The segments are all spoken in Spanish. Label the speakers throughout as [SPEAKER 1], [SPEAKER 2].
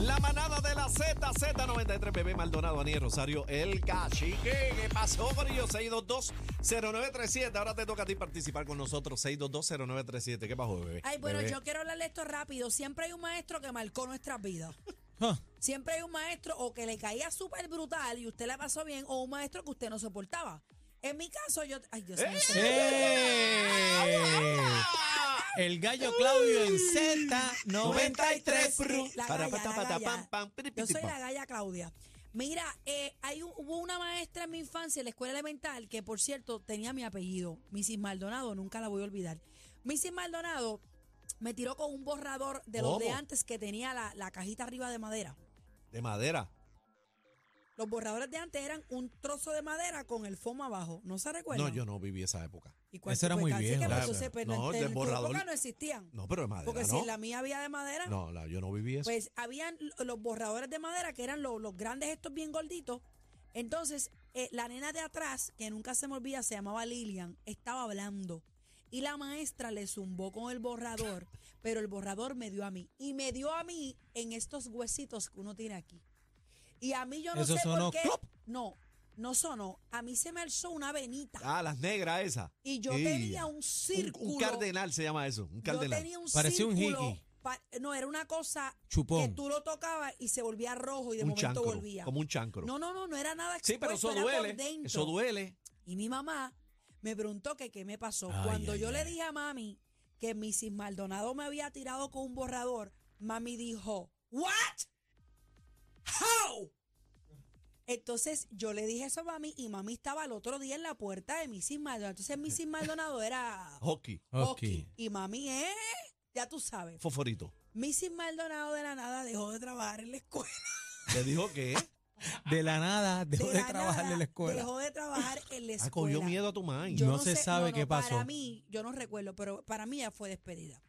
[SPEAKER 1] la manada de la Z, Z93, bebé Maldonado, Aniel Rosario, el cachique. ¿Qué pasó, Corillo? 622-0937. Ahora te toca a ti participar con nosotros. 622-0937. ¿Qué pasó, bebé?
[SPEAKER 2] Ay, bueno,
[SPEAKER 1] Bebé.
[SPEAKER 2] yo quiero hablarle esto rápido. Siempre hay un maestro que marcó nuestras vidas.
[SPEAKER 3] Huh.
[SPEAKER 2] Siempre hay un maestro o que le caía súper brutal y usted la pasó bien, o un maestro que usted no soportaba. En mi caso, yo. Ay, Dios mío.
[SPEAKER 3] ¡Eh! El gallo Claudio en Z 93.
[SPEAKER 1] 93.
[SPEAKER 2] La
[SPEAKER 1] Para,
[SPEAKER 2] galla,
[SPEAKER 1] pata,
[SPEAKER 2] la
[SPEAKER 1] pata,
[SPEAKER 2] galla.
[SPEAKER 1] pam, pam, piri,
[SPEAKER 2] Yo
[SPEAKER 1] piti,
[SPEAKER 2] soy
[SPEAKER 1] pam.
[SPEAKER 2] la galla Claudia. Mira, eh, hay un- hubo una maestra en mi infancia en la escuela elemental que, por cierto, tenía mi apellido, Mrs. Maldonado, nunca la voy a olvidar. Mrs. Maldonado me tiró con un borrador de los de
[SPEAKER 1] ¿Cómo?
[SPEAKER 2] antes que tenía la, la cajita arriba de madera.
[SPEAKER 1] De madera.
[SPEAKER 2] Los borradores de antes eran un trozo de madera con el fondo abajo. ¿No se recuerda?
[SPEAKER 1] No, yo no viví esa época.
[SPEAKER 2] ¿Y cuál-
[SPEAKER 3] Eso era
[SPEAKER 2] pues,
[SPEAKER 3] muy
[SPEAKER 2] así que
[SPEAKER 3] viejo.
[SPEAKER 2] por
[SPEAKER 1] Claro,
[SPEAKER 2] eso se- pero
[SPEAKER 1] no,
[SPEAKER 2] en-
[SPEAKER 1] de
[SPEAKER 2] en tu
[SPEAKER 1] borrador.
[SPEAKER 2] época no existían.
[SPEAKER 1] No, pero de madera,
[SPEAKER 2] porque
[SPEAKER 1] ¿no?
[SPEAKER 2] si en la mía había de madera,
[SPEAKER 1] No, la- yo no viví eso.
[SPEAKER 2] pues habían lo- los borradores de madera que eran lo- los, grandes estos bien gorditos. Entonces, eh, la nena de atrás, que nunca se me olvida, se llamaba Lilian, estaba hablando. Y la maestra le zumbó con el borrador, pero el borrador me dio a mí. Y me dio a mí en estos huesitos que uno tiene aquí. Y a mí yo no
[SPEAKER 3] Eso
[SPEAKER 2] sé
[SPEAKER 3] sonó
[SPEAKER 2] por qué.
[SPEAKER 3] clop.
[SPEAKER 2] No, no sonó. A mí se me alzó una venita.
[SPEAKER 1] Ah, las negras esas.
[SPEAKER 2] y yo
[SPEAKER 1] Ey,
[SPEAKER 2] tenía un
[SPEAKER 1] un-
[SPEAKER 2] círculo.
[SPEAKER 1] Un cardenal se llama eso. Un
[SPEAKER 2] Yo
[SPEAKER 1] cardenal.
[SPEAKER 2] tenía un
[SPEAKER 3] Parecía un
[SPEAKER 2] círculo,
[SPEAKER 3] hickey.
[SPEAKER 2] pa- no, era una cosa que
[SPEAKER 3] Chupón.
[SPEAKER 2] tú lo tocabas y se volvía rojo y de
[SPEAKER 1] un
[SPEAKER 2] momento
[SPEAKER 1] chancro.
[SPEAKER 2] volvía.
[SPEAKER 1] Como un chancro.
[SPEAKER 2] No, no, no, no era nada
[SPEAKER 1] sí, pero
[SPEAKER 2] expuesto,
[SPEAKER 1] eso
[SPEAKER 2] era por
[SPEAKER 1] duele.
[SPEAKER 2] dentro.
[SPEAKER 1] Eso duele.
[SPEAKER 2] Y mi mamá me preguntó que qué me pasó.
[SPEAKER 3] Ay,
[SPEAKER 2] Cuando
[SPEAKER 3] ay,
[SPEAKER 2] yo le
[SPEAKER 3] ay.
[SPEAKER 2] dije a mami que Mrs. Maldonado me había tirado con un borrador, mami dijo, ¿What? How? Entonces yo le dije eso a mami y mami estaba al otro día en la puerta de Mrs. Maldonado. Entonces Mrs. Maldonado era
[SPEAKER 1] Hockey.
[SPEAKER 2] hockey. Y mami, ¿eh? Ya tú sabes.
[SPEAKER 1] Fosforito.
[SPEAKER 2] Mrs. Maldonado de la nada dejó de trabajar en la escuela.
[SPEAKER 1] Le dijo que
[SPEAKER 2] Ah,
[SPEAKER 1] "Ah,
[SPEAKER 3] De la nada dejó de,
[SPEAKER 2] la
[SPEAKER 3] trabajar
[SPEAKER 2] nada
[SPEAKER 3] en la escuela.
[SPEAKER 2] Dejó de trabajar en la
[SPEAKER 1] ah,
[SPEAKER 2] escuela.
[SPEAKER 1] cogió miedo a tu mãe.
[SPEAKER 3] Yo- no se sabe qué
[SPEAKER 2] Para
[SPEAKER 3] pasó.
[SPEAKER 2] mí, yo no recuerdo, pero para mí ya fue despedida.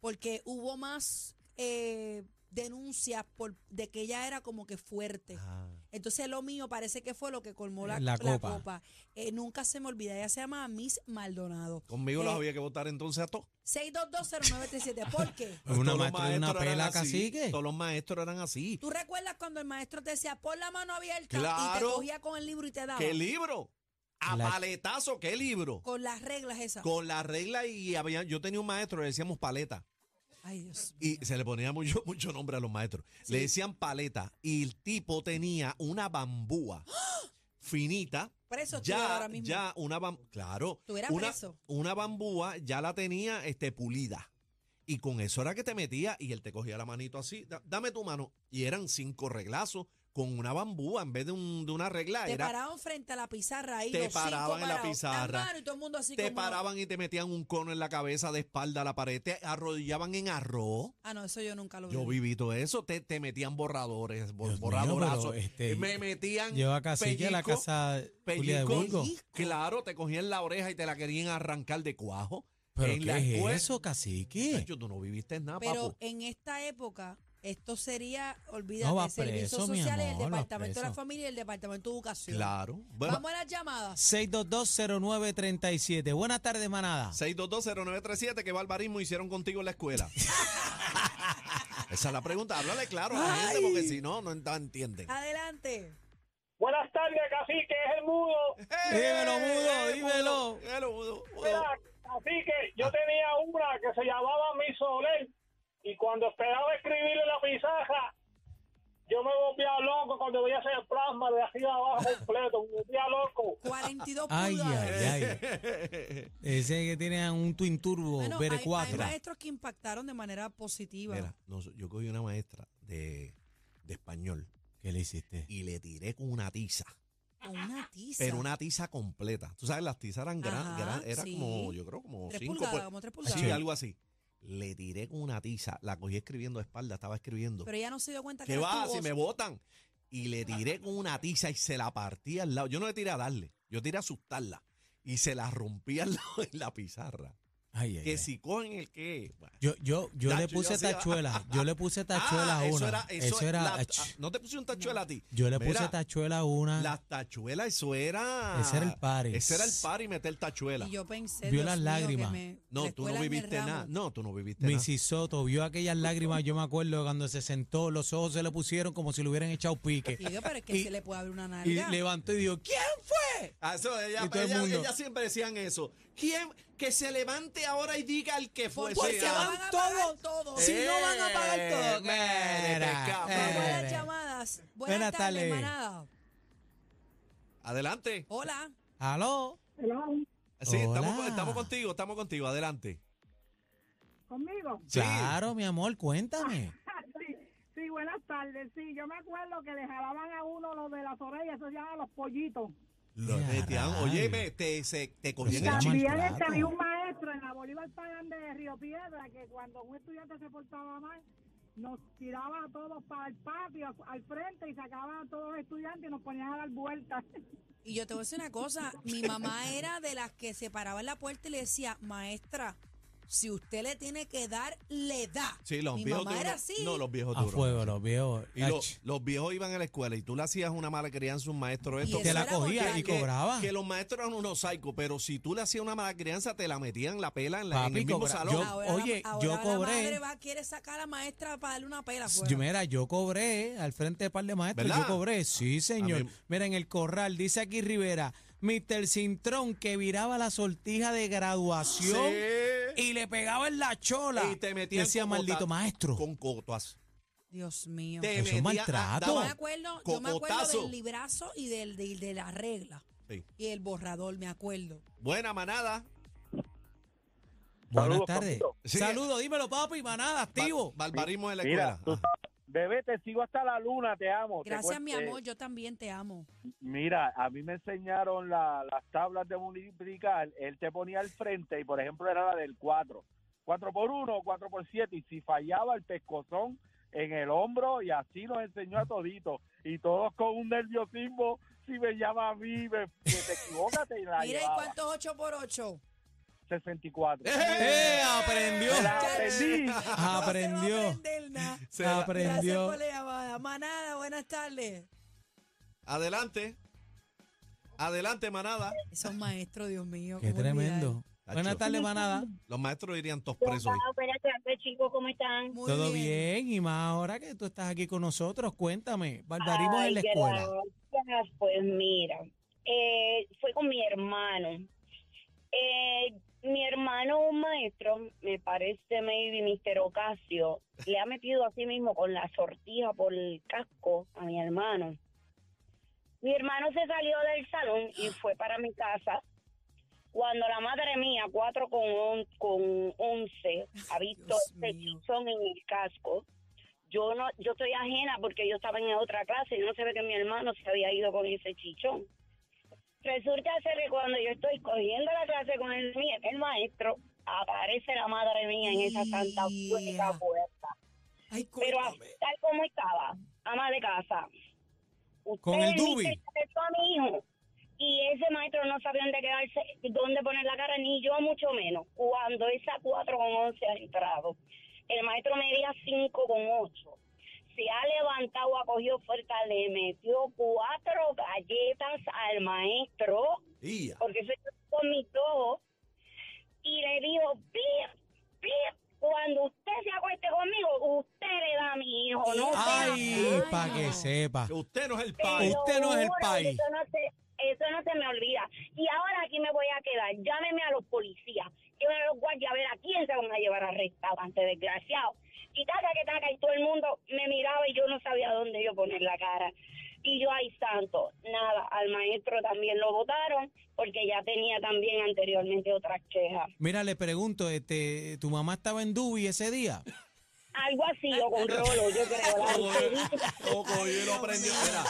[SPEAKER 2] Porque hubo más eh, denuncias por, de que ella era como que fuerte.
[SPEAKER 1] Ah.
[SPEAKER 2] Entonces lo mío parece que fue lo que colmó la,
[SPEAKER 3] La
[SPEAKER 2] la copa.
[SPEAKER 3] copa.
[SPEAKER 2] Eh, nunca se me olvida, ella se llama Miss Maldonado.
[SPEAKER 1] Conmigo las
[SPEAKER 2] Eh,
[SPEAKER 1] había que votar entonces a todos.
[SPEAKER 2] 6220937, ¿por qué?
[SPEAKER 3] Una
[SPEAKER 1] Todos los
[SPEAKER 3] maestra de una
[SPEAKER 1] maestros eran
[SPEAKER 3] pela,
[SPEAKER 1] así,
[SPEAKER 3] cacique.
[SPEAKER 1] Todos los maestros eran así.
[SPEAKER 2] ¿Tú recuerdas cuando el maestro te decía, pon la mano abierta y te
[SPEAKER 1] Claro.
[SPEAKER 2] cogía con el libro y te daba?
[SPEAKER 1] ¿Qué libro? A
[SPEAKER 3] La-
[SPEAKER 1] paletazo, ¿qué libro?
[SPEAKER 2] Con las reglas esas.
[SPEAKER 1] Con la regla y había, yo tenía un maestro, le decíamos paleta.
[SPEAKER 2] Ay, Dios.
[SPEAKER 1] Y se le ponía mucho, mucho nombre a los maestros. Le decían paleta. Y el tipo tenía una bambúa finita.
[SPEAKER 2] Preso estoy ahora
[SPEAKER 1] Ya,
[SPEAKER 2] mismo.
[SPEAKER 1] ya, una bambúa. Claro.
[SPEAKER 2] Tú eras
[SPEAKER 1] una,
[SPEAKER 2] preso.
[SPEAKER 1] una bambúa ya la tenía este, pulida. Y con eso era que te metía y él te cogía la manito así. da- dame tu mano. Y eran cinco reglazos con una bambúa en vez de, un- de una regla.
[SPEAKER 2] Te
[SPEAKER 1] era,
[SPEAKER 2] paraban frente a la pizarra ahí.
[SPEAKER 1] Te
[SPEAKER 2] los cinco
[SPEAKER 1] paraban en la
[SPEAKER 2] parados, tan
[SPEAKER 1] pizarra.
[SPEAKER 2] raro, y todo el mundo así
[SPEAKER 1] te
[SPEAKER 2] como-
[SPEAKER 1] paraban y te metían un cono en la cabeza de espalda a la pared. Te arrodillaban en arroz.
[SPEAKER 2] Ah, no, eso yo nunca lo vi.
[SPEAKER 1] Yo viví todo eso, te, te metían borradores, bor-
[SPEAKER 3] Dios mío,
[SPEAKER 1] borradorazos.
[SPEAKER 3] pero, este,
[SPEAKER 1] me metían.
[SPEAKER 3] Lleva casi que a la
[SPEAKER 1] pellizco,
[SPEAKER 3] casa Julia de
[SPEAKER 1] pellizco,
[SPEAKER 3] Burgos.
[SPEAKER 2] Pellizco.
[SPEAKER 1] Claro, te cogían la oreja y te la querían arrancar de cuajo.
[SPEAKER 3] ¿Pero
[SPEAKER 1] en
[SPEAKER 3] qué
[SPEAKER 1] la
[SPEAKER 3] es
[SPEAKER 1] escuela.
[SPEAKER 3] eso, cacique?
[SPEAKER 1] Chacho, tú no viviste nada,
[SPEAKER 2] Pero
[SPEAKER 3] eh,
[SPEAKER 1] papu.
[SPEAKER 2] en esta época, esto sería, olvídate,
[SPEAKER 3] No, va
[SPEAKER 2] servicios
[SPEAKER 3] preso, mi
[SPEAKER 2] sociales,
[SPEAKER 3] amor,
[SPEAKER 2] el
[SPEAKER 3] va
[SPEAKER 2] departamento de la
[SPEAKER 3] preso.
[SPEAKER 2] familia y el departamento de educación.
[SPEAKER 1] Claro. Bueno,
[SPEAKER 2] Vamos a las llamadas.
[SPEAKER 3] 6220937. Buenas tardes, manada.
[SPEAKER 1] 6220937, ¿qué barbarismo hicieron contigo en la escuela? Esa es la pregunta. Háblale claro a la gente, porque si no, no ent- entienden.
[SPEAKER 2] Adelante.
[SPEAKER 4] Buenas tardes, cacique, es el mudo.
[SPEAKER 3] Dímelo, mudo,
[SPEAKER 1] Eh,
[SPEAKER 3] dímelo.
[SPEAKER 1] Dímelo, mudo, mudo.
[SPEAKER 4] Mira, cacique, yo tenía una que se llamaba Mi Soler y cuando esperaba escribir en la pizarra, yo me volvía loco cuando veía ese plasma de arriba abajo completo, me volvía loco.
[SPEAKER 2] 42
[SPEAKER 3] Ay,
[SPEAKER 2] pulgadas.
[SPEAKER 3] ay, ay. Ese que tiene un Twin Turbo
[SPEAKER 2] Bueno, hay- hay,
[SPEAKER 3] VR4.
[SPEAKER 2] maestros que impactaron de manera positiva.
[SPEAKER 1] Mira, nos- yo cogí una maestra de, de español.
[SPEAKER 3] ¿Qué le hiciste?
[SPEAKER 1] y le tiré con una tiza,
[SPEAKER 2] Con una tiza.
[SPEAKER 1] pero una tiza completa. Tú sabes, las tizas eran
[SPEAKER 2] Ajá,
[SPEAKER 1] grandes, era
[SPEAKER 2] sí.
[SPEAKER 1] como, yo creo, como
[SPEAKER 2] Tres
[SPEAKER 1] cinco,
[SPEAKER 2] pulgadas,
[SPEAKER 1] por-
[SPEAKER 2] como tres
[SPEAKER 1] sí,
[SPEAKER 2] pulgadas.
[SPEAKER 1] algo así. Le tiré con una tiza, la cogí escribiendo de espalda, estaba escribiendo.
[SPEAKER 2] Pero ella no se dio cuenta que
[SPEAKER 1] ¿Qué
[SPEAKER 2] eras
[SPEAKER 1] va
[SPEAKER 2] tú,
[SPEAKER 1] si
[SPEAKER 2] o-
[SPEAKER 1] me botan? Y le tiré con una tiza y se la partí al lado. Yo no le tiré a darle, yo tiré a asustarla. Y se la rompí al lado en la pizarra.
[SPEAKER 3] Ay, ay,
[SPEAKER 1] Que
[SPEAKER 3] ay.
[SPEAKER 1] si cogen el que. bueno.
[SPEAKER 3] Yo, yo, yo
[SPEAKER 1] Nacho,
[SPEAKER 3] le
[SPEAKER 1] yo
[SPEAKER 3] puse
[SPEAKER 1] hacía-
[SPEAKER 3] tachuelas. Yo le puse tachuelas
[SPEAKER 1] Ah,
[SPEAKER 3] a una.
[SPEAKER 1] Eso era. Eso, era
[SPEAKER 3] ach,
[SPEAKER 1] no te pusieron tachuela a ti.
[SPEAKER 3] yo le puse
[SPEAKER 1] Mira,
[SPEAKER 3] tachuelas a una.
[SPEAKER 1] Las tachuelas, eso era.
[SPEAKER 3] Ese era el party.
[SPEAKER 1] Ese era el party meter tachuela.
[SPEAKER 2] Y yo pensé.
[SPEAKER 3] Vio
[SPEAKER 2] Dios
[SPEAKER 3] las
[SPEAKER 2] mío, que
[SPEAKER 3] lágrimas.
[SPEAKER 2] me- la
[SPEAKER 1] no, tú no
[SPEAKER 2] escuela en el
[SPEAKER 1] viviste
[SPEAKER 2] ramo.
[SPEAKER 1] nada. No, tú no viviste nada.
[SPEAKER 3] Missy Soto vio aquellas lágrimas, yo me acuerdo cuando se sentó, los ojos se le pusieron como si le hubieran echado pique.
[SPEAKER 2] Y yo, pero es que
[SPEAKER 3] Y-
[SPEAKER 2] se le puede abrir una
[SPEAKER 3] Y
[SPEAKER 2] nalga.
[SPEAKER 3] levantó y dijo, ¿quién fue?
[SPEAKER 1] Ah, eso, ella,
[SPEAKER 3] Y todo el
[SPEAKER 1] ella-
[SPEAKER 3] mundo.
[SPEAKER 1] ellas siempre decían eso. ¿Quién que se levante ahora y diga el que fue?
[SPEAKER 2] Porque Pues
[SPEAKER 1] Sí,
[SPEAKER 2] se
[SPEAKER 1] ah.
[SPEAKER 2] van a pagar
[SPEAKER 3] todos.
[SPEAKER 2] todo.
[SPEAKER 3] Si no van a pagar todo.
[SPEAKER 1] Eh, mérete,
[SPEAKER 3] Mira,
[SPEAKER 1] cabrón.
[SPEAKER 2] Vamos a
[SPEAKER 3] eh.
[SPEAKER 2] las llamadas. Buenas,
[SPEAKER 3] Buenas
[SPEAKER 2] tardes,
[SPEAKER 3] tardes.
[SPEAKER 2] manada.
[SPEAKER 1] Adelante.
[SPEAKER 2] Hola.
[SPEAKER 3] ¿Aló?
[SPEAKER 1] Sí, estamos,
[SPEAKER 3] Hola.
[SPEAKER 1] estamos contigo, estamos contigo. Adelante.
[SPEAKER 5] ¿Conmigo?
[SPEAKER 1] Sí.
[SPEAKER 3] Claro, mi amor, cuéntame.
[SPEAKER 5] sí, sí, buenas tardes. Sí, yo me acuerdo que le jalaban a uno lo de las orejas, eso se llama los pollitos.
[SPEAKER 1] Lo
[SPEAKER 3] Ya,
[SPEAKER 1] metían.
[SPEAKER 3] rayos.
[SPEAKER 1] Oye, me- te, se- te cogían
[SPEAKER 3] se
[SPEAKER 1] el
[SPEAKER 3] llama
[SPEAKER 1] chip.
[SPEAKER 5] También
[SPEAKER 3] maltrato.
[SPEAKER 5] este, había un maestro en la Bolívar Pagán de Río Piedra que cuando un estudiante se portaba mal, nos tiraba a todos para el patio, al frente, y sacaba a todos los estudiantes y nos ponían a dar vueltas.
[SPEAKER 2] Y yo te voy a decir una cosa, mi mamá era de las que se paraba en la puerta y le decía, maestra, si usted le tiene que dar, le da.
[SPEAKER 1] Sí, los
[SPEAKER 2] mi
[SPEAKER 1] viejos
[SPEAKER 2] mamá era
[SPEAKER 1] duros.
[SPEAKER 2] así.
[SPEAKER 1] No, los viejos
[SPEAKER 3] A
[SPEAKER 1] duros.
[SPEAKER 3] fuego, los viejos.
[SPEAKER 1] Y lo-
[SPEAKER 3] Ach,
[SPEAKER 1] los viejos iban a la escuela y tú le hacías una mala crianza a un maestro
[SPEAKER 2] Y
[SPEAKER 1] esto.
[SPEAKER 2] eso
[SPEAKER 3] te la
[SPEAKER 2] era
[SPEAKER 3] cogía
[SPEAKER 2] brutal.
[SPEAKER 3] y
[SPEAKER 1] que,
[SPEAKER 3] cobraba.
[SPEAKER 1] que los maestros eran unos psychos, pero si tú le hacías una mala crianza, te la metían la pela en, la, en
[SPEAKER 3] Papi,
[SPEAKER 1] el mismo
[SPEAKER 3] cobra-
[SPEAKER 1] salón.
[SPEAKER 3] yo-
[SPEAKER 2] ahora,
[SPEAKER 3] oye,
[SPEAKER 2] ahora
[SPEAKER 3] yo
[SPEAKER 2] La
[SPEAKER 3] cobré.
[SPEAKER 2] madre va, quiere sacar a la maestra para darle una pela.
[SPEAKER 3] s-
[SPEAKER 2] fuera.
[SPEAKER 3] yo, mira, yo cobré al frente de par de maestros,
[SPEAKER 1] ¿Verdad?
[SPEAKER 3] yo cobré, sí
[SPEAKER 1] A
[SPEAKER 3] señor.
[SPEAKER 1] mí-
[SPEAKER 3] Mira, en el corral, dice aquí Rivera, Mr. Cintrón que viraba la sortija de graduación
[SPEAKER 1] Sí.
[SPEAKER 3] y le pegaba en la chola.
[SPEAKER 1] Y te metían
[SPEAKER 3] Decía,
[SPEAKER 1] con
[SPEAKER 3] maldito
[SPEAKER 1] cota-
[SPEAKER 3] maestro.
[SPEAKER 1] Con cotas.
[SPEAKER 2] Dios mío.
[SPEAKER 1] Te
[SPEAKER 3] Eso es
[SPEAKER 1] metían-
[SPEAKER 3] maltrato.
[SPEAKER 2] Yo
[SPEAKER 1] daban-
[SPEAKER 2] me acuerdo, yo me acuerdo
[SPEAKER 1] cocotazo.
[SPEAKER 2] del librazo y del, del- de la regla.
[SPEAKER 1] Sí.
[SPEAKER 2] Y el borrador, me acuerdo.
[SPEAKER 1] Buena manada.
[SPEAKER 3] Buenas
[SPEAKER 6] Saludos,
[SPEAKER 3] tardes.
[SPEAKER 6] papito.
[SPEAKER 1] Sí.
[SPEAKER 3] Saludos, dímelo, papi, manada,
[SPEAKER 1] Ba-
[SPEAKER 3] activo.
[SPEAKER 1] barbarismo en la
[SPEAKER 6] Mira,
[SPEAKER 1] escuela.
[SPEAKER 6] tú
[SPEAKER 1] Ajá.
[SPEAKER 6] Bebé, te sigo hasta la luna, te amo. te
[SPEAKER 2] Gracias, mi
[SPEAKER 6] cuento-
[SPEAKER 2] amor, yo también te amo.
[SPEAKER 6] Mira, a mí me enseñaron la- las tablas de multiplicar. Él te ponía al frente y, por ejemplo, era la del 4. 4 por 1, 4 por 7. Y si fallaba el pescozón en el hombro, y así nos enseñó a toditos. Y todos con un nerviosismo. Si me llama a mí, me, que te equivocas, te la
[SPEAKER 2] Mira, ¿y
[SPEAKER 6] llevaba.
[SPEAKER 2] cuántos 8 por 8?
[SPEAKER 6] 64.
[SPEAKER 3] ¡Eh! Aprendió.
[SPEAKER 6] Me la aprendí.
[SPEAKER 3] Ah, Aprendió.
[SPEAKER 1] Se la-
[SPEAKER 2] Aprendió. Gracias
[SPEAKER 3] Aprendió.
[SPEAKER 2] por la llamada. Manada, buenas tardes.
[SPEAKER 1] Ah, Adelante. Adelante, manada.
[SPEAKER 2] Esos maestros, Dios mío.
[SPEAKER 3] Qué
[SPEAKER 2] cómo olvidar.
[SPEAKER 3] tremendo.
[SPEAKER 1] Tacho.
[SPEAKER 3] Buenas tardes, manada.
[SPEAKER 1] Los maestros irían todos presos hoy.
[SPEAKER 5] Buenas tardes, chicos, ¿cómo están?
[SPEAKER 2] Muy
[SPEAKER 3] Todo bien. y más ahora que tú estás aquí con nosotros, cuéntame, barbarismos en la
[SPEAKER 5] Ay,
[SPEAKER 3] escuela.
[SPEAKER 5] gracias. Pues mira, eh, fue con mi hermano. Eh, mi hermano, un maestro, me parece maybe Mr. Ocasio, le ha metido así mismo con la sortija por el casco a mi hermano. Mi hermano se salió del salón y fue para mi casa. Cuando la madre mía, 4 con, on- con 11, ha visto
[SPEAKER 2] Dios
[SPEAKER 5] este
[SPEAKER 2] mío.
[SPEAKER 5] son en el casco, yo no yo estoy ajena porque yo estaba en otra clase y no se ve que mi hermano se había ido con ese chichón. Resulta ser que cuando yo estoy cogiendo la clase con el, mi- el maestro, aparece la madre mía en esa santa
[SPEAKER 2] Yeah.
[SPEAKER 5] puerta. puerta.
[SPEAKER 2] Ay,
[SPEAKER 5] Pero así,
[SPEAKER 2] cuéntame.
[SPEAKER 5] tal como estaba, ama de casa. Usted
[SPEAKER 3] Con el
[SPEAKER 5] es
[SPEAKER 3] dubi.
[SPEAKER 5] que interceptó a mi hijo. Y ese maestro no sabía dónde quedarse, dónde poner la cara, ni yo mucho menos. Cuando esa 4 con 11 ha entrado, el maestro medía 5 con 8. Se ha levantado, ha cogido fuerza, le metió cuatro galletas al maestro
[SPEAKER 1] Ia.
[SPEAKER 5] porque eso yo con mis dos, y le dijo, pip, pip, cuando usted se acueste conmigo, usted le da a mi hijo, no sea
[SPEAKER 3] Ay,
[SPEAKER 2] Ay,
[SPEAKER 3] para
[SPEAKER 2] no.
[SPEAKER 3] que sepa.
[SPEAKER 1] Usted no es el
[SPEAKER 5] te
[SPEAKER 1] padre.
[SPEAKER 5] lo
[SPEAKER 3] Usted no es el
[SPEAKER 5] juro,
[SPEAKER 3] país.
[SPEAKER 5] Eso no, se, eso no se me olvida. Y ahora aquí me voy a quedar. Llámeme a los policías, llámeme a los guardias a ver a quién se van a llevar arrestado ante desgraciado. Y taca que taca, y todo el mundo me miraba y yo no sabía dónde yo poner la cara. Y yo, ay santo, nada, al maestro también lo votaron porque ya tenía también anteriormente otras quejas.
[SPEAKER 3] Mira, le pregunto, este, ¿tu mamá estaba en Dubi ese día?
[SPEAKER 5] Algo así, o con
[SPEAKER 4] Ah,
[SPEAKER 5] Rolo, yo creo. la arteritis.
[SPEAKER 1] Loco, yo lo aprendí. Mira,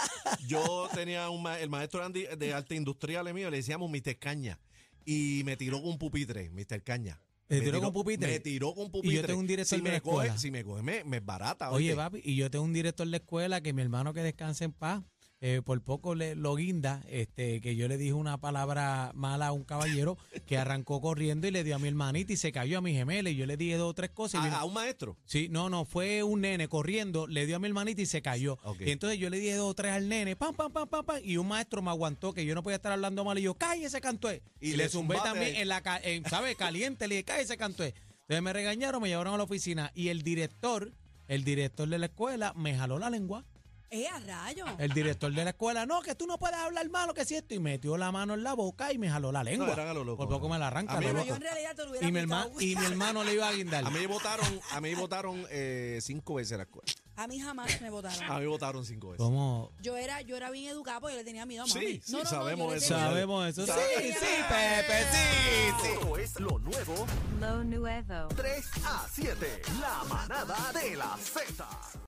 [SPEAKER 1] yo tenía un ma- el maestro Andy eh, de arte industrial mío, le decíamos Mr. Caña. Y me tiró con un pupitre, Mr. Caña.
[SPEAKER 3] ¿Te
[SPEAKER 1] Me
[SPEAKER 3] tiró con pupitre?
[SPEAKER 1] Me tiró con
[SPEAKER 3] yo
[SPEAKER 1] pupitre.
[SPEAKER 3] tengo un
[SPEAKER 1] si
[SPEAKER 3] director de
[SPEAKER 1] me
[SPEAKER 3] la
[SPEAKER 1] coge,
[SPEAKER 3] escuela.
[SPEAKER 1] Si me coge, me, me es barata.
[SPEAKER 3] Oye,
[SPEAKER 1] ¿oíste?
[SPEAKER 3] papi, y yo tengo un director de escuela que mi hermano que descanse en paz. eh, por poco le- lo guinda, este, que yo le dije una palabra mala a un caballero que arrancó corriendo y le dio a mi hermanita y se cayó a mi gemela y yo le dije dos o tres cosas. y
[SPEAKER 1] A,
[SPEAKER 3] vino-
[SPEAKER 1] a un maestro.
[SPEAKER 3] Sí, no, no, fue un nene corriendo, le dio a mi hermanita y se cayó.
[SPEAKER 1] Ok.
[SPEAKER 3] Y entonces yo le dije dos o tres al nene, pam, pam, pam, pam, pam, y un maestro me aguantó que yo no podía estar hablando mal y yo, cállese cantué.
[SPEAKER 1] Y
[SPEAKER 3] Y,
[SPEAKER 1] le
[SPEAKER 3] le zumbé
[SPEAKER 1] zumbaste
[SPEAKER 3] también
[SPEAKER 1] ahí.
[SPEAKER 3] en la, ca- en, ¿sabes? Caliente, le dije, cállese cantué. Entonces me regañaron, me llevaron a la oficina y el director, el director de la escuela me jaló la lengua.
[SPEAKER 2] ¡Eh, a rayo!
[SPEAKER 3] El director de la escuela, no, que tú no puedes hablar malo, que si esto, y metió la mano en la boca y me jaló la lengua.
[SPEAKER 1] eran a lo loco,
[SPEAKER 3] Por poco me la arranca.
[SPEAKER 1] A mí
[SPEAKER 3] lo
[SPEAKER 1] me
[SPEAKER 2] Bueno,
[SPEAKER 3] loco.
[SPEAKER 2] yo en realidad te lo hubiera
[SPEAKER 3] y, mi herma-
[SPEAKER 2] aplicado.
[SPEAKER 3] y mi hermano le iba a guindar.
[SPEAKER 1] A mí votaron, a mí votaron eh, cinco veces la escuela.
[SPEAKER 2] A mí jamás me votaron.
[SPEAKER 1] A mí votaron cinco veces.
[SPEAKER 3] ¿Cómo?
[SPEAKER 2] Yo era, yo era bien educada porque yo le tenía miedo a
[SPEAKER 1] Sí,
[SPEAKER 2] mami.
[SPEAKER 1] sí, sabemos
[SPEAKER 2] yo le
[SPEAKER 1] eso.
[SPEAKER 2] tenía-
[SPEAKER 3] Pues Sabemos eso. Sí, sí, Pepe, sí.
[SPEAKER 7] Esto es lo nuevo
[SPEAKER 8] Lo nuevo.
[SPEAKER 7] 3 a 7. La manada de la Z.